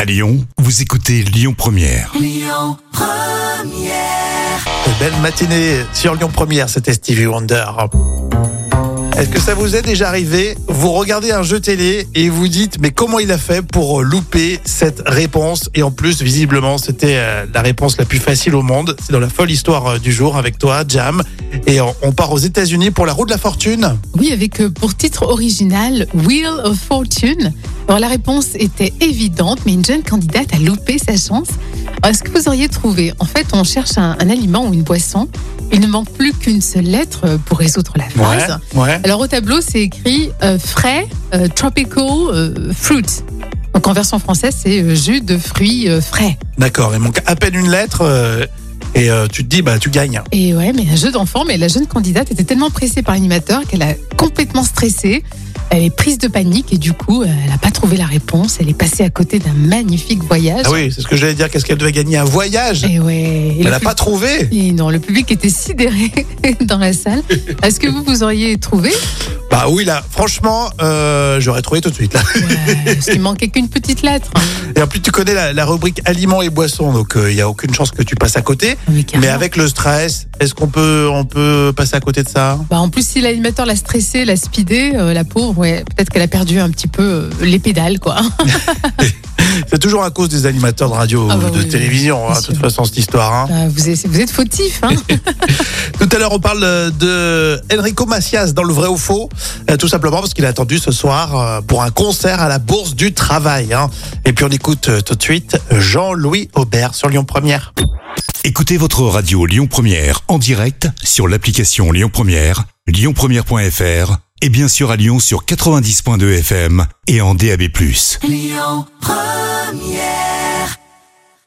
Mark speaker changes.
Speaker 1: À Lyon, vous écoutez Lyon Première.
Speaker 2: Belle matinée sur Lyon Première, c'était Stevie Wonder. Est-ce que ça vous est déjà arrivé Vous regardez un jeu télé et vous dites mais comment il a fait pour euh, louper cette réponse Et en plus, visiblement, c'était euh, la réponse la plus facile au monde. C'est dans la folle histoire euh, du jour avec toi, Jam. Et on, on part aux États-Unis pour la roue de la fortune.
Speaker 3: Oui, avec euh, pour titre original Wheel of Fortune. Alors la réponse était évidente, mais une jeune candidate a loupé sa chance. Alors, Est-ce que vous auriez trouvé En fait, on cherche un, un aliment ou une boisson. Il ne manque plus qu'une seule lettre euh, pour résoudre la phrase.
Speaker 2: ouais.
Speaker 3: Alors au tableau, c'est écrit euh, frais euh, tropical euh, fruit. Donc en version française, c'est euh, jus de fruits euh, frais.
Speaker 2: D'accord, il manque à peine une lettre euh, et euh, tu te dis bah tu gagnes.
Speaker 3: Et ouais, mais un jeu d'enfant, mais la jeune candidate était tellement pressée par l'animateur qu'elle a complètement stressé. Elle est prise de panique et du coup, euh, elle n'a pas trouvé la réponse. Elle est passée à côté d'un magnifique voyage.
Speaker 2: Ah oui, c'est ce que j'allais dire, qu'est-ce qu'elle devait gagner Un voyage
Speaker 3: Et Eh ouais. et
Speaker 2: Elle
Speaker 3: le
Speaker 2: n'a
Speaker 3: pub-
Speaker 2: pas trouvé
Speaker 3: et non, le public était sidéré dans la salle. Est-ce que vous vous auriez trouvé
Speaker 2: Bah oui, là, franchement, euh, j'aurais trouvé tout de suite. Là.
Speaker 3: Ouais, Parce qu'il manquait qu'une petite lettre. hein.
Speaker 2: Et en plus, tu connais la, la rubrique aliments et boissons, donc il n'y a aucune chance que tu passes à côté.
Speaker 3: Ah, Mais,
Speaker 2: Mais
Speaker 3: carrément.
Speaker 2: avec le stress, est-ce qu'on peut, on peut passer à côté de ça
Speaker 3: Bah, en plus, si l'animateur l'a stressée, l'a speedée, euh, la pauvre, ouais, peut-être qu'elle a perdu un petit peu euh, les pédales, quoi.
Speaker 2: C'est toujours à cause des animateurs de radio
Speaker 3: Ah bah
Speaker 2: ou de
Speaker 3: oui, oui,
Speaker 2: télévision,
Speaker 3: bien
Speaker 2: hein, de toute
Speaker 3: sûr.
Speaker 2: façon, cette histoire. hein.
Speaker 3: Bah, vous, êtes, vous êtes fautif, hein
Speaker 2: Tout à l'heure, on parle euh, de Enrico Macias dans le vrai ou faux, euh, tout simplement parce qu'il est attendu ce soir euh, pour un concert à la Bourse du Travail. hein. Et puis, on écoute euh, tout de suite Jean-Louis Aubert sur Lyon Première.
Speaker 1: Écoutez votre radio Lyon Première en direct sur l'application Lyon Première, lyonpremière.fr et bien sûr à Lyon sur 90.2 FM et en DAB+.
Speaker 4: Lyon Première